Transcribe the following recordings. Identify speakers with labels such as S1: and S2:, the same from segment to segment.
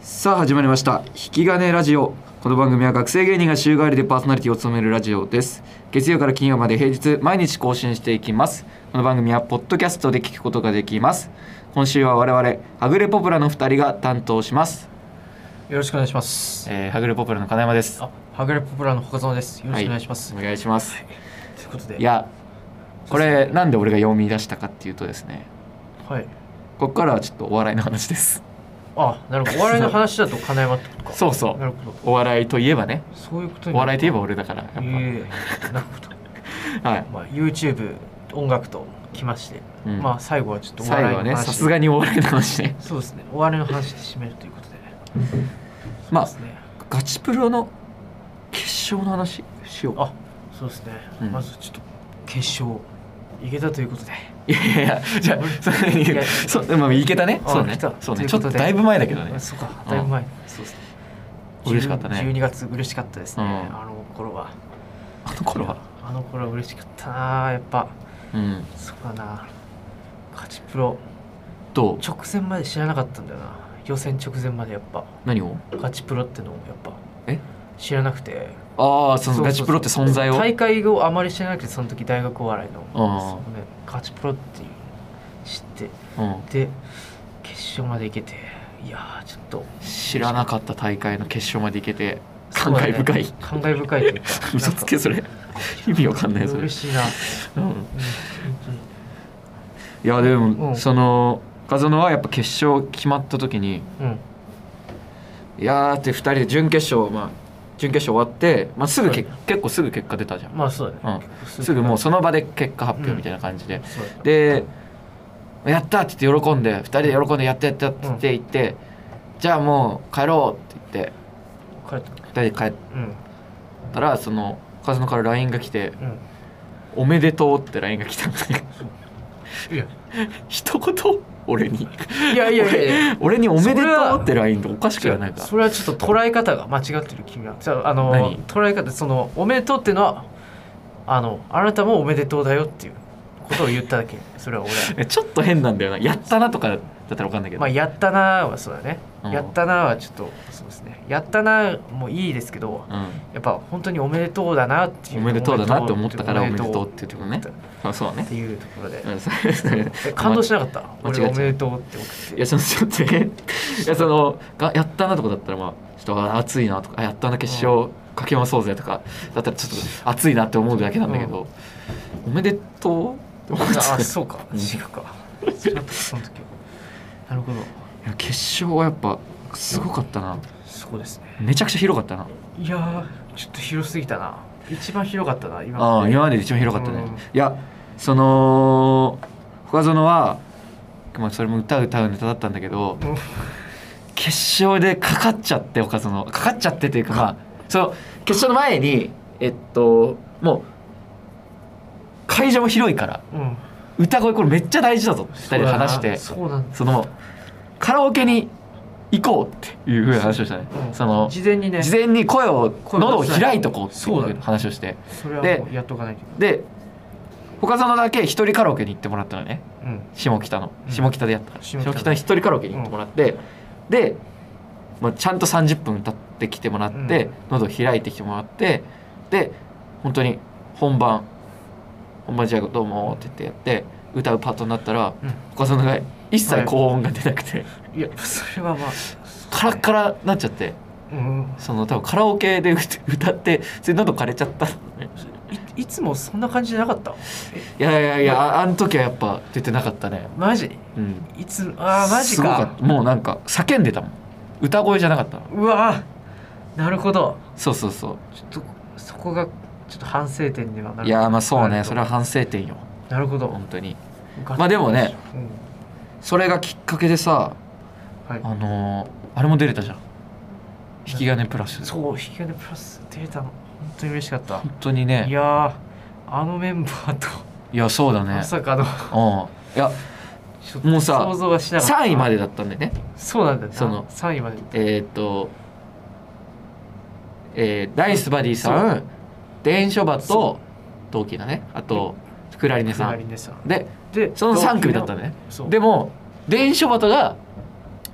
S1: さあ始まりました「引き金ラジオ」この番組は学生芸人が週替わりでパーソナリティを務めるラジオです月曜から金曜まで平日毎日更新していきますこの番組はポッドキャストで聞くことができます今週は我々はぐれポプラの2人が担当します、
S2: よろしくお願いします。
S1: えー、はぐれポプラの金山です
S2: あ、はぐれポプラの岡園です。よろしくお願いします。
S1: お願いします、
S2: ということで、
S1: い、やこれなんで俺が読み出したかっていうとですね
S2: はい。
S1: ここからはちょっとお笑いの話です
S2: あ、な るほど。お笑いの話だと金山ってことか。
S1: そうそ
S2: な
S1: う
S2: るほど。
S1: お笑いといえばね
S2: そういうこと
S1: お
S2: に。
S1: 笑い
S2: い
S1: といえば俺だからやっぱ、
S2: ええなるほど。
S1: はい、
S2: まあ YouTube 音楽ときまして、
S1: うん
S2: まあ最後はちょっとお
S1: 最
S2: 笑い
S1: 後
S2: の
S1: は
S2: 話
S1: ねさすがにお笑いの話ね
S2: そうですね。お笑いの話で締めるということで。
S1: まあ
S2: そうですね。
S1: ガチプロの決勝の話しよう
S2: あ、そうですね。
S1: うん
S2: まずちょっと決勝いけたということで。
S1: いやいやじゃあそれに
S2: いや
S1: そうまあいけたね
S2: あ
S1: そうね
S2: 来た
S1: そうねち
S2: と
S1: ょ
S2: い
S1: っ
S2: うこととで
S1: だいぶ前だけどね
S2: あそうか。だいぶ前。そうですね。
S1: 嬉しかったね
S2: 12月嬉しかったですね。
S1: うん
S2: あの頃は。
S1: あの頃は
S2: あの頃は嬉しかったなやっぱ
S1: うん
S2: そうだなガチプロ
S1: どう
S2: 直前まで知らなかったんだよな予選直前までやっぱ
S1: 何を
S2: ガチプロってのをやっぱ
S1: え
S2: 知らなくて
S1: ああその
S2: ううう
S1: ガチプロって存在を
S2: 大会をあまり知らなくてその時大学お笑いの
S1: あー
S2: そうねガチプロっていう知っ
S1: うん
S2: てで決勝まで行けていやーちょっと
S1: 知らなかった大会の決勝まで行けて
S2: そ
S1: 感
S2: うだね
S1: 慨深い
S2: 感慨深いというか
S1: 嘘つけそれ 意味わかんないいそれ
S2: 嬉しいな、
S1: うん
S2: う
S1: いやでも、
S2: うん
S1: その風野はやっぱ決勝決まった時に
S2: んうんうん、
S1: いやーって2人で準決勝まあ準決勝終わって、まあ、すぐけ
S2: そうだ
S1: 結構すぐ結果出たじゃん、
S2: まあそうだ
S1: う
S2: ね、
S1: ん
S2: 結構
S1: すぐもうその場で結果発表みたいな感じで、
S2: そうだね
S1: で「やった!」って言って喜んで2人で喜んで「やったやった」って言って行って、じゃあもう帰ろう」って言って
S2: 帰った
S1: 2人で帰っ
S2: うん
S1: たらその風野から LINE が来て
S2: うん
S1: 「おめでとう」って LINE が来たんだよ
S2: いや
S1: 一言俺に
S2: いやいやいやいや
S1: 俺に「おめでとう」って LINE でおかしくはないか
S2: それはちょっと捉え方が間違ってる君はじゃああの
S1: 何
S2: 捉え方そのおめでとうっていうのはあのあなたもおめでとうだよっていうことを言っただけそれは俺は
S1: えちょっと変なんだよな「やったな」とかだったら分かんないけど、
S2: まあやったなーはそうだね、
S1: うん
S2: やったなーはちょっとそうですねやったなーもいいですけどやっぱ本当におめでとうだなっていう
S1: おめでとうだなって思ったからおめでとうって言
S2: お
S1: ってくるねうん、あそう
S2: っ
S1: ね
S2: ていうところで、
S1: うんそうですね
S2: え感動しなかった
S1: 間違えち
S2: 俺
S1: ゃう
S2: おめでとうって送って
S1: いやそのちょっとね いやそのがやったなとかだったらまあちょっとあ暑いなとかあやったな決勝かけまそうぜとかだったらちょっと暑いなって思うだけなんだけど、おめでとうって思っちゃ
S2: あ
S1: うい
S2: そうか
S1: うん
S2: 違うか違ったその時はなるほど
S1: や決勝はやっぱすごかったな
S2: そうですね
S1: めちゃくちゃ広かったない
S2: やーちょっと広すぎたな一番広かったな今
S1: あ
S2: ま
S1: あ
S2: で
S1: 今までで一番広かったね、
S2: うん
S1: いやその深園は、まあ、それも歌う歌うネタだったんだけど
S2: うん
S1: 決勝でかかっちゃって岡園かかっちゃってというか、まあ、その決勝の前にえっともう会場も広いから
S2: うん
S1: 歌声これめっちゃ大事だぞって2人で話してそ
S2: そうなんだ
S1: のカラオケに行こうっていうふうな話をしたね、
S2: うん
S1: その
S2: 事前にね
S1: 事前に声を
S2: 声を
S1: 喉を開いとこうって
S2: そうだ
S1: い
S2: ね
S1: う話をして
S2: それはもうやっとかないと
S1: で岡園だけ一人カラオケに行ってもらったのね
S2: うん
S1: 下北の
S2: うん
S1: 下北でやったから、
S2: 下
S1: 下
S2: 北
S1: 北の一人カラオケに行ってもらって、で、まあ、ちゃんと30分歌ってきてもらって、喉を開いてきてもらってで本当に本番本番じゃあどうもって言ってやって歌うパートになったら、
S2: うん
S1: 岡園が一切高音が出なくて、
S2: いやそれはまあ
S1: カラッカラになっちゃって
S2: うん
S1: その多分カラオケで歌ってそれ喉枯れちゃったのね
S2: いいつもそんな感じじゃなかった
S1: いやいやいやああの時はやっぱ出てなかったね
S2: マジ
S1: うん
S2: いつあーマジ
S1: すごか
S2: か
S1: ったもうなんか叫んでたもん歌声じゃなかったの
S2: うわーなるほど
S1: そうそうそ
S2: ちょっとそこがちょっと反省点にはな
S1: う
S2: る
S1: いやーまあそう
S2: な
S1: ね
S2: ると
S1: それは反省点よ
S2: なるほど
S1: 本当にまあでもね、
S2: うん
S1: それがきっかけでさ
S2: はい、
S1: あのーあれも出れたじゃん引き金プラス
S2: そう引き金プラスデータ本当に嬉しかった
S1: 本当に
S2: い
S1: ね
S2: やーあのメンバーと、
S1: いやそうだね
S2: まさかの
S1: うんいや
S2: ちょっと
S1: もうさ
S2: 想像はしなかった
S1: 3位までだったんでね
S2: そうなんだよな
S1: その
S2: 3位まで
S1: えーっとえーダイスバディさ
S2: そ
S1: ん伝書バと
S2: そ
S1: 同期だねあとクラリネさ
S2: クラリ
S1: ん
S2: ネさん
S1: で
S2: で
S1: その3組だ
S2: 同
S1: っ
S2: 期
S1: たんだね
S2: そう
S1: でも伝書バトが、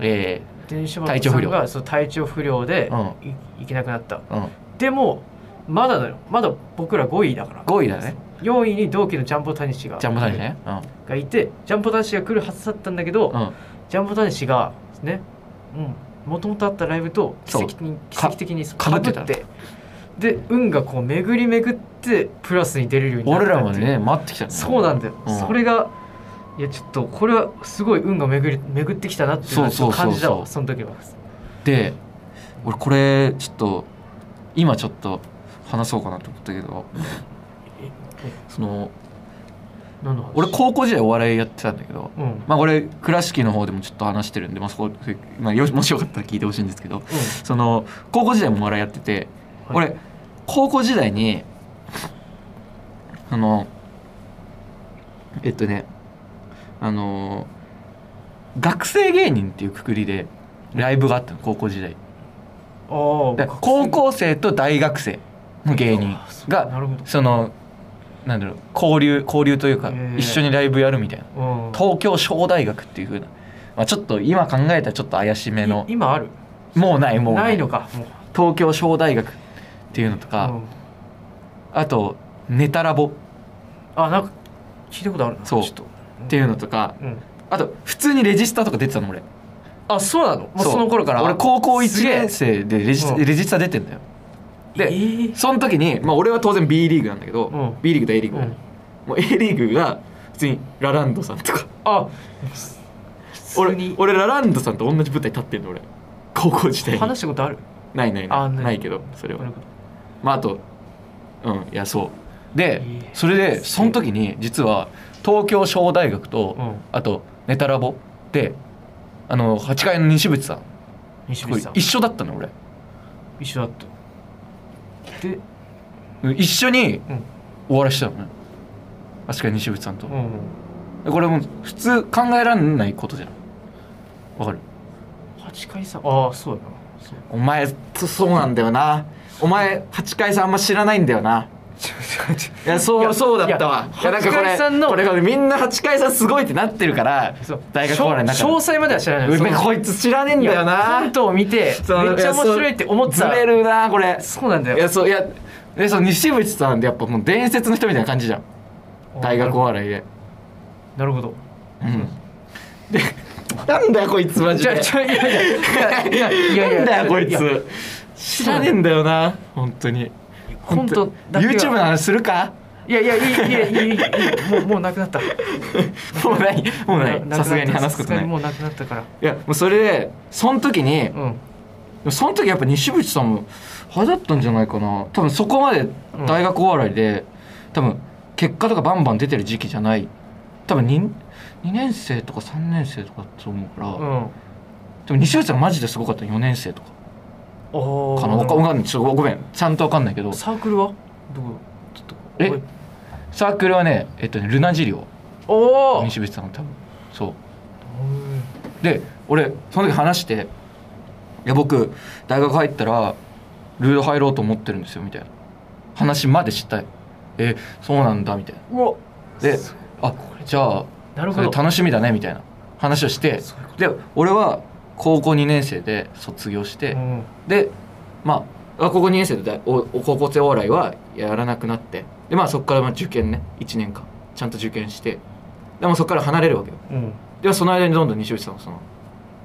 S1: え
S2: で柴
S1: 体
S2: 田
S1: 調
S2: さ
S1: 不
S2: ん
S1: 良
S2: がそう体調不良で
S1: う
S2: いいけなくなった
S1: うん、
S2: でもまだだよまだ僕ら5位だから
S1: 5位だね
S2: 4位に同期のジャンボタニシが
S1: ジャンボタニシね、うん
S2: がいてジャンボタニシが来るはずだったんだけど、
S1: うん、
S2: ジャンボタニシがねもともとあったライブと奇跡的に奇
S1: そう
S2: 跡的にそう
S1: かぶってた
S2: 被で運がこう巡り巡ってプラスに出れるようになった
S1: 俺
S2: っていう
S1: らもね待ってきたの
S2: そうなんだよ、
S1: うん
S2: それがいやちょっとこれはすごい運が巡り巡ってきたなっていうのをちょっと感じたわその時は
S1: で俺これちょっと今ちょっと話そうかなと思ったけど
S2: え
S1: その
S2: 何の話
S1: 俺高校時代お笑いやってたんだけど
S2: うん、うん、
S1: まあこれ倉敷の方でもちょっと話してるんで、まあ、そこ、まあ、よしもしよかったら聞いてほしいんですけどその高校時代もお笑いやってて、
S2: はい
S1: 俺高校時代にあのえっとねあの学生芸人っていうくくりでライブがあったの高校時代
S2: あ
S1: だ
S2: あ
S1: から高校生と大学生の芸人
S2: そうな
S1: が
S2: るほど
S1: そのなんだろう交流交流というか
S2: へー
S1: 一緒にライブやるみたいな
S2: うん
S1: 東京小大学っていう風な、まあ、ちょっと今考えたらちょっと怪しめの
S2: い今ある
S1: もうないもう
S2: ないのかもう
S1: 東京小大学っていうのとか、
S2: うん
S1: あとネタラボっ
S2: あなんか聞いたことあるな
S1: そう
S2: ちょっとって、
S1: いううんのとか
S2: うん、
S1: あと普通にレジスタとか出てたの俺
S2: あそうなのもう
S1: う
S2: その頃から
S1: 俺高校
S2: す
S1: 1
S2: げえ
S1: 年生でレジ,、
S2: うん
S1: レジスタ出てんだよで
S2: えー
S1: その時に、まあ、俺は当然 B リーグなんだけど、
S2: うん
S1: B リーグと A リー
S2: う
S1: グ、
S2: ん、
S1: もう A リーグが普通にラランドさんとか
S2: あ
S1: 俺
S2: 普通に
S1: 俺ラランドさんと同じ舞台立ってんの俺高校時代に
S2: 話したことある
S1: ないないな
S2: あ
S1: い
S2: ない
S1: ないけどそれ
S2: な
S1: は
S2: るほど
S1: まああとうんいやそうで
S2: いい
S1: それでその時に実は東京商大学と、
S2: うん
S1: あとネタラボであの8階の西渕さん
S2: 西
S1: これ
S2: 口さん
S1: 一緒だったの俺
S2: 一緒だったで
S1: 一緒に
S2: うん
S1: 終わらしたのね8階西渕さんと、
S2: うん
S1: これもう普通考えられないことじゃんわかる
S2: 八階さんああそうだなそう
S1: お前そそうなんだよなお前八階さんあんま知らないんだよな
S2: ちょちょち
S1: い
S2: ょ
S1: やそう
S2: いや
S1: そうだったわ
S2: いや
S1: いやなんかこ
S2: 八
S1: れ
S2: 海さんの
S1: これがねみんな八階さんすごいってなってるから
S2: そう
S1: 大学お笑いの中
S2: 詳詳細までは知らない
S1: うん
S2: その
S1: こいつ知らねえん
S2: い
S1: だ
S2: や
S1: よな
S2: コントを見てめっち
S1: そ
S2: ゃ
S1: う
S2: 面白いって思った
S1: ずれるなこれ
S2: そうなんだ
S1: いや
S2: よ
S1: そういやでその西渕さんってやっぱもう伝説の人みたいな感じじゃん大学お笑いで
S2: なるほど
S1: うんでなんだよこいつマジ
S2: じゃ
S1: で
S2: あちょいやいやいやいやいや
S1: なんだよこい
S2: や
S1: つ知らねえんだよな本当に
S2: コントだけは
S1: YouTube の話するか
S2: いやいやいやいやいやいやもうもうなくなった
S1: もうないもうない
S2: な
S1: さすがに話すこと
S2: さ
S1: な
S2: すが
S1: い
S2: もうなくなったから
S1: いやもうそれでその時に
S2: うん
S1: その時やっぱ西渕さんもあれだったんじゃないかな多分そこまで大学お笑いで、多分結果とかバンバン出てる時期じゃない多分 2, 2年生とか3年生とかだと思うから、
S2: うん
S1: でも西渕さんマジですごかった4年生とか
S2: お
S1: かなわかわかんないちょっとごめんちゃんとわかんないけど
S2: サークルはどこちょっと
S1: えサークルはねえっとねルナジリオ
S2: おお
S1: 西渕さん多分そうで俺その時話して「いや僕大学入ったらルード入ろうと思ってるんですよ」みたいな話まで知ったよえそうなんだみたいな
S2: うわ
S1: ですあじゃあ
S2: なる
S1: そ
S2: ほ
S1: れ
S2: ど
S1: 楽しみだねみたいな話をして
S2: そういうこ
S1: で俺は高校2年生で卒業して、
S2: とうん
S1: でまああ高校2年生でだおお高校生お笑いはやらなくなってでまあそこからまあ受験ね1年間ちゃんと受験してでもそこから離れるわけよ
S2: うん
S1: でもその間にどんどん西内さんはその
S2: も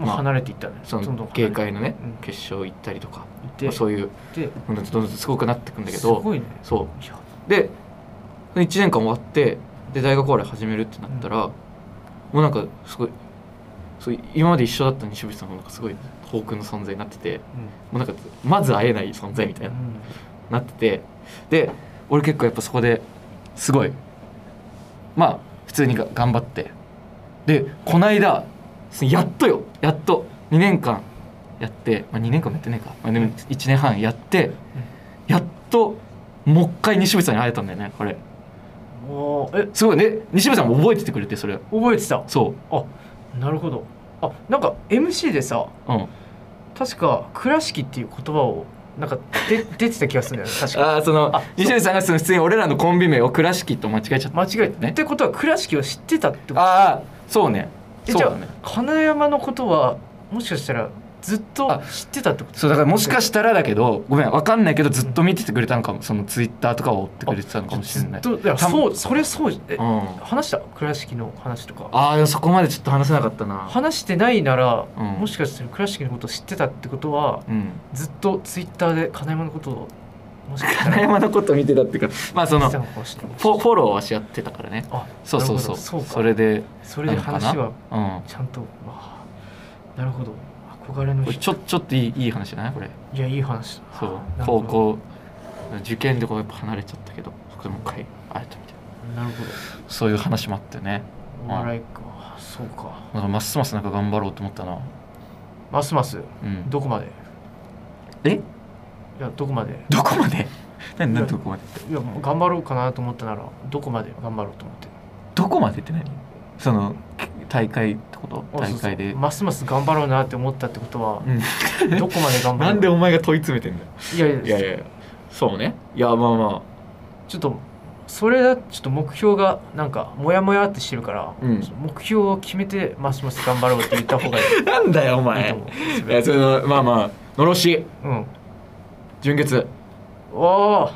S2: う
S1: まあ
S2: 離れていったね
S1: そ
S2: どんど
S1: の
S2: ん離れ
S1: 芸
S2: て
S1: 会のね
S2: うん
S1: 決勝行ったりとか、
S2: 行って
S1: まあ、そういう
S2: で
S1: どんどんどんどんすごくなってくんだけ
S2: す
S1: ど
S2: ごいね
S1: そ
S2: いや
S1: うで1年間終わってで大学お笑い始めるってなったら、もうなんかすごいそう今まで一緒だった西内さんもなんかすごい遠くの存在になっててもうなんかまず会えない存在みた
S2: う
S1: いな。な
S2: ん
S1: っててで俺結構やっぱそこですごいまあ普通にが頑張ってでこないだやっとよやっと2年間やって、まあ、2年間もやってないか、まあ、でも1年半やってやっともう一回西部さんに会えたんだよねこれ
S2: うんおーえ
S1: すごいね西部さんも覚えててくれてそれ
S2: 覚えてた
S1: そ
S2: あなるほどあなんか MC でさ
S1: ううん
S2: 確か倉敷っていう言葉をなんかで 出てた気がするんだよね確か
S1: ああその
S2: あ
S1: 西部さんがその普通に俺らのコンビ名を倉敷と間違えちゃった
S2: 間違えて
S1: ね
S2: ってことは倉敷を知ってたってこと
S1: ああそうね
S2: え
S1: そう
S2: じゃ
S1: だ
S2: あ
S1: ね
S2: 金山のことはもしかしたらずっと知ってたってこと
S1: そうだからもしかしたらだけどごめんわかんないけどずっと見ててくれたのかもそのツイッターとかを追ってくれてたのかもしれない。
S2: ずっといや
S1: た
S2: そうそれそうえ、
S1: うん
S2: 話した倉敷の話とか
S1: ああそこまでちょっと話せなかったな。
S2: 話してないなら、
S1: うん
S2: もしかして倉敷のこと知ってたってことは
S1: うん。
S2: ずっとツイッターで金山のことをもしかした
S1: 金
S2: ら
S1: 山のこと見てたっていうかまあそ
S2: 知
S1: の
S2: ってた
S1: フ
S2: のかもしれない
S1: ォフォローはし合ってたからね。
S2: あ
S1: そうそう
S2: なる
S1: そ
S2: ほ
S1: う
S2: どそうか
S1: それで
S2: それで話は
S1: うん
S2: ちゃんとわあなるほど憧れの
S1: これ
S2: 人
S1: ちょちょっといいいい話じゃないこれ。
S2: いやいい話だ
S1: そう
S2: なるほ
S1: 高
S2: ど
S1: 校受験でこうやっぱ離れちゃったけどそこでもう一回会えたみたい
S2: なるほど
S1: なそういう話もあってね。
S2: お笑いか、そうか
S1: なんかますますなんか頑張ろうと思ったな。
S2: ますます
S1: うん。
S2: どこまでい
S1: え
S2: やどこまで
S1: どこまで？ 何何どこまで？
S2: いやもう頑張ろうかなと思ったならどこまで頑張ろうと思って
S1: どこまでって何その大会ってこと
S2: あ
S1: 大
S2: そうそう
S1: 会で
S2: ますます頑張ろうなって思ったってこ とは
S1: うん
S2: どこまで頑張ろ う
S1: なんでお前が問い詰めてんだよ
S2: いやいや
S1: いやいやいやそうねいやまあま
S2: ちょっとそれだとちょっと目標がなんかモヤモヤってしてるから、
S1: うん
S2: 目標を決めてますます頑張ろうって言っ た方がいい
S1: あなんだよお
S2: いい
S1: 前
S2: と思う
S1: いやそのまあまあのろし
S2: うん
S1: 純潔
S2: おー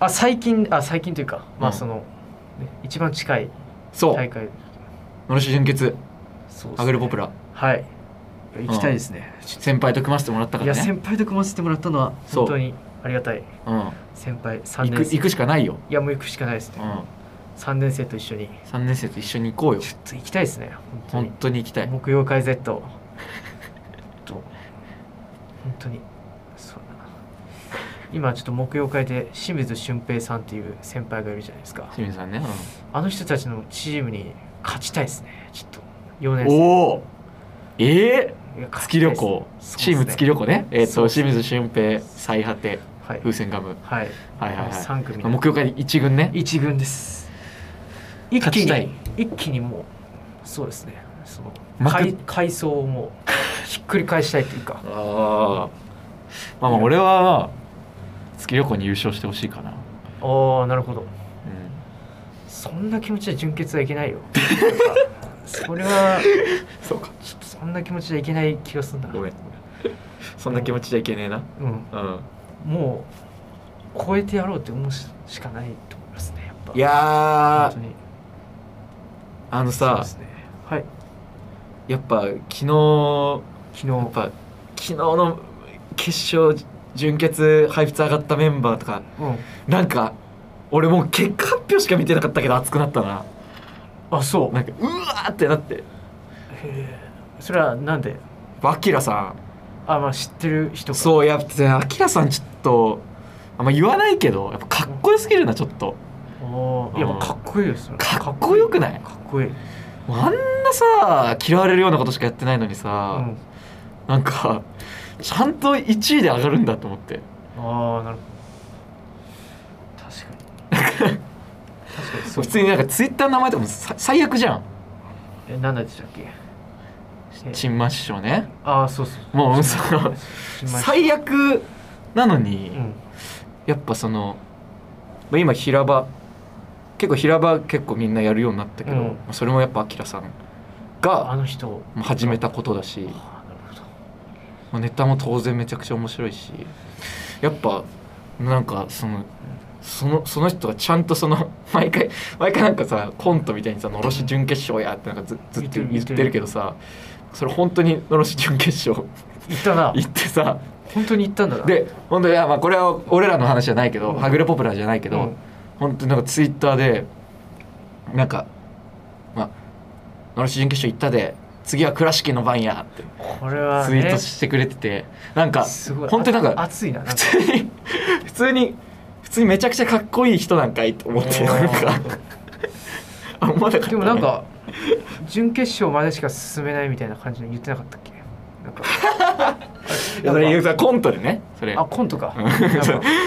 S2: あ最近あ最近というか、ま
S1: う
S2: あ
S1: ん
S2: その、ね、一番近い
S1: そう、
S2: 大会
S1: のろし純潔
S2: そうですね
S1: アグルポプラ
S2: はいいや行きたいですね、
S1: 先輩と組ませてもらったか
S2: いや
S1: らね
S2: 先輩と組ませてもらったのは
S1: そう
S2: 本当にありがたい
S1: うん
S2: 先輩3
S1: 行く
S2: 年生
S1: 行くしかないよ、
S2: いやもう行くしかないです
S1: う
S2: ね、
S1: ん、
S2: 3年生と一緒に
S1: 3年生と一緒に行こうよ
S2: ちょっと行きたいですね本
S1: 本当に行きた
S2: 当に
S1: い
S2: 木曜 会 Z と本当にそうだな今ちょっと木曜会で清水俊平さんっていう先輩がいるじゃないですか
S1: 清水さんね、
S2: あの人たちのチームに勝ちたいですねちょっと4年
S1: うん、
S2: 生
S1: おおええ
S2: いや勝
S1: 月
S2: ちたい
S1: 旅
S2: ですね
S1: 行、
S2: そうですね
S1: チーム月旅行ねえっ、
S2: そ
S1: と
S2: うです
S1: 清水俊平最果て
S2: はい
S1: 風船ガム
S2: はい
S1: はいはいはい
S2: 3組の
S1: 目標会一軍ね
S2: 一軍です一
S1: 勝
S2: 気
S1: ちたい
S2: に一気にもうそうですねその
S1: 負け
S2: 階階層 をもうひっくり返したいというか
S1: ああまあまあ俺は、まあ、月旅行に優勝してほしいかな、
S2: ああなるほど
S1: うん、
S2: そんな気持ちで純潔はいけないよなんかそれは
S1: そうか
S2: ちょっとそんな気持ちでいけない気がするんだ
S1: ごめんそんな気持ちじゃいけねえな
S2: うん
S1: うん
S2: もう超えてやろうって思うししかないと思いますねやっぱ
S1: いや
S2: 本当に
S1: あの
S2: そう
S1: さ
S2: ですねはい
S1: やっぱ昨日
S2: 昨
S1: やっ
S2: 日
S1: ぱ昨日の決勝準決配布上がったメンバーとか
S2: うん
S1: なんか俺もう結果発表しか見てなかったけど熱くなったな
S2: あそう
S1: なんかうわーってなって
S2: それはなんで
S1: アキラさ
S2: あまあ知ってる人
S1: ん
S2: か
S1: そうやっぱアキラさんちょっとあんま言わないけどやっぱかっこよすぎるなちょっと
S2: おーいや
S1: うん
S2: もうかっこいいですよ
S1: かっこよくない
S2: かっこいい、う
S1: も
S2: ん、
S1: うあんなさ嫌われるようなことしかやってないのにさ、
S2: あ
S1: なんかちゃんと1位で上がるんだと思って
S2: あなるほど確か に確かにそう
S1: 普通になんかツイッターの名前とかもさ最悪じゃん
S2: え何だでしたっけえ
S1: チンマン師匠ね
S2: ああそうそう
S1: もうその
S2: 新米
S1: 最悪なのに、
S2: うん
S1: やっぱその、まあ、今平場結構平場結構みんなやるようになったけど、
S2: うん
S1: まあそれもやっぱアキラさん
S2: あ
S1: が
S2: の人
S1: まあ始めたことだし、
S2: あーなるほど
S1: まあネタも当然めちゃくちゃ面白いしやっぱなんかそのそのその人がちゃんとその 毎回毎回なんかさコントみたいにさ「のろし準決勝や」ってなんかずずっと言ってるけどさそれ本当にのろし準決勝
S2: 行ったな
S1: 行ってさ
S2: 本当に行ったんだな
S1: で本当にいやまあこれは俺らの話じゃないけど、
S2: うん
S1: はぐれポプラじゃないけど、
S2: うん
S1: 本当になんかツイッターでなんか「まあ、のろし準決勝行ったで次は倉敷の番や」って
S2: これは
S1: ツイー
S2: ね
S1: トしてくれててなんか
S2: すごい
S1: 本当になん
S2: あ
S1: か
S2: 熱いななんか
S1: 普通に普通に普通にめちゃくちゃかっこいい人なんかいと思ってなんかあ思わなかったね、
S2: でもなんか準決勝までしか進めないみたいな感じの言ってなかったっけなんか
S1: い やそれさコントでねそれ
S2: あコントか
S1: うん
S2: なんか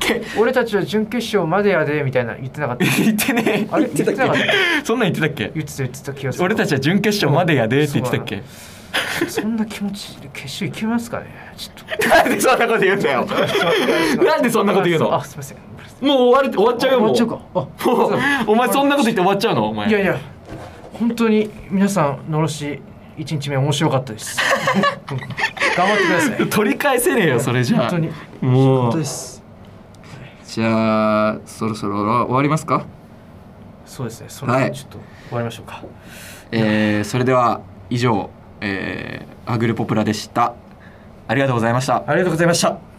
S1: け
S2: 俺たちは準決勝までやでみたいな言ってなかっ た
S1: 言ってね
S2: あれ
S1: 言ってたっ
S2: 言ってなか
S1: けそんなん言ってたっけ
S2: 言ってた言ってた気がする
S1: 俺たちは準決勝までやでって言ってたっけ
S2: そんな気持ちで決勝いけますかねちょっ
S1: なんでそんなこと言うんだよ
S2: と
S1: なんでそんなこと言うの
S2: あすいません
S1: もう終わる終わっちゃうよもう
S2: 終わっちゃうかあ
S1: もうお前そんなこと言って終わっちゃうのお前
S2: いやいや本当に皆さんのろし一日目面白かっ たです。うん頑張ってください。
S1: 取り返せねえよそれじゃ
S2: 本当
S1: あ
S2: に。
S1: も
S2: 本当
S1: う
S2: です。
S1: じゃあそろそろ終わりますか
S2: そうですね。その、
S1: はい
S2: ちょっと終わりましょうか。
S1: えーそれでは以上、えーアグルポプラでしたありがとうございました
S2: ありがとうございました。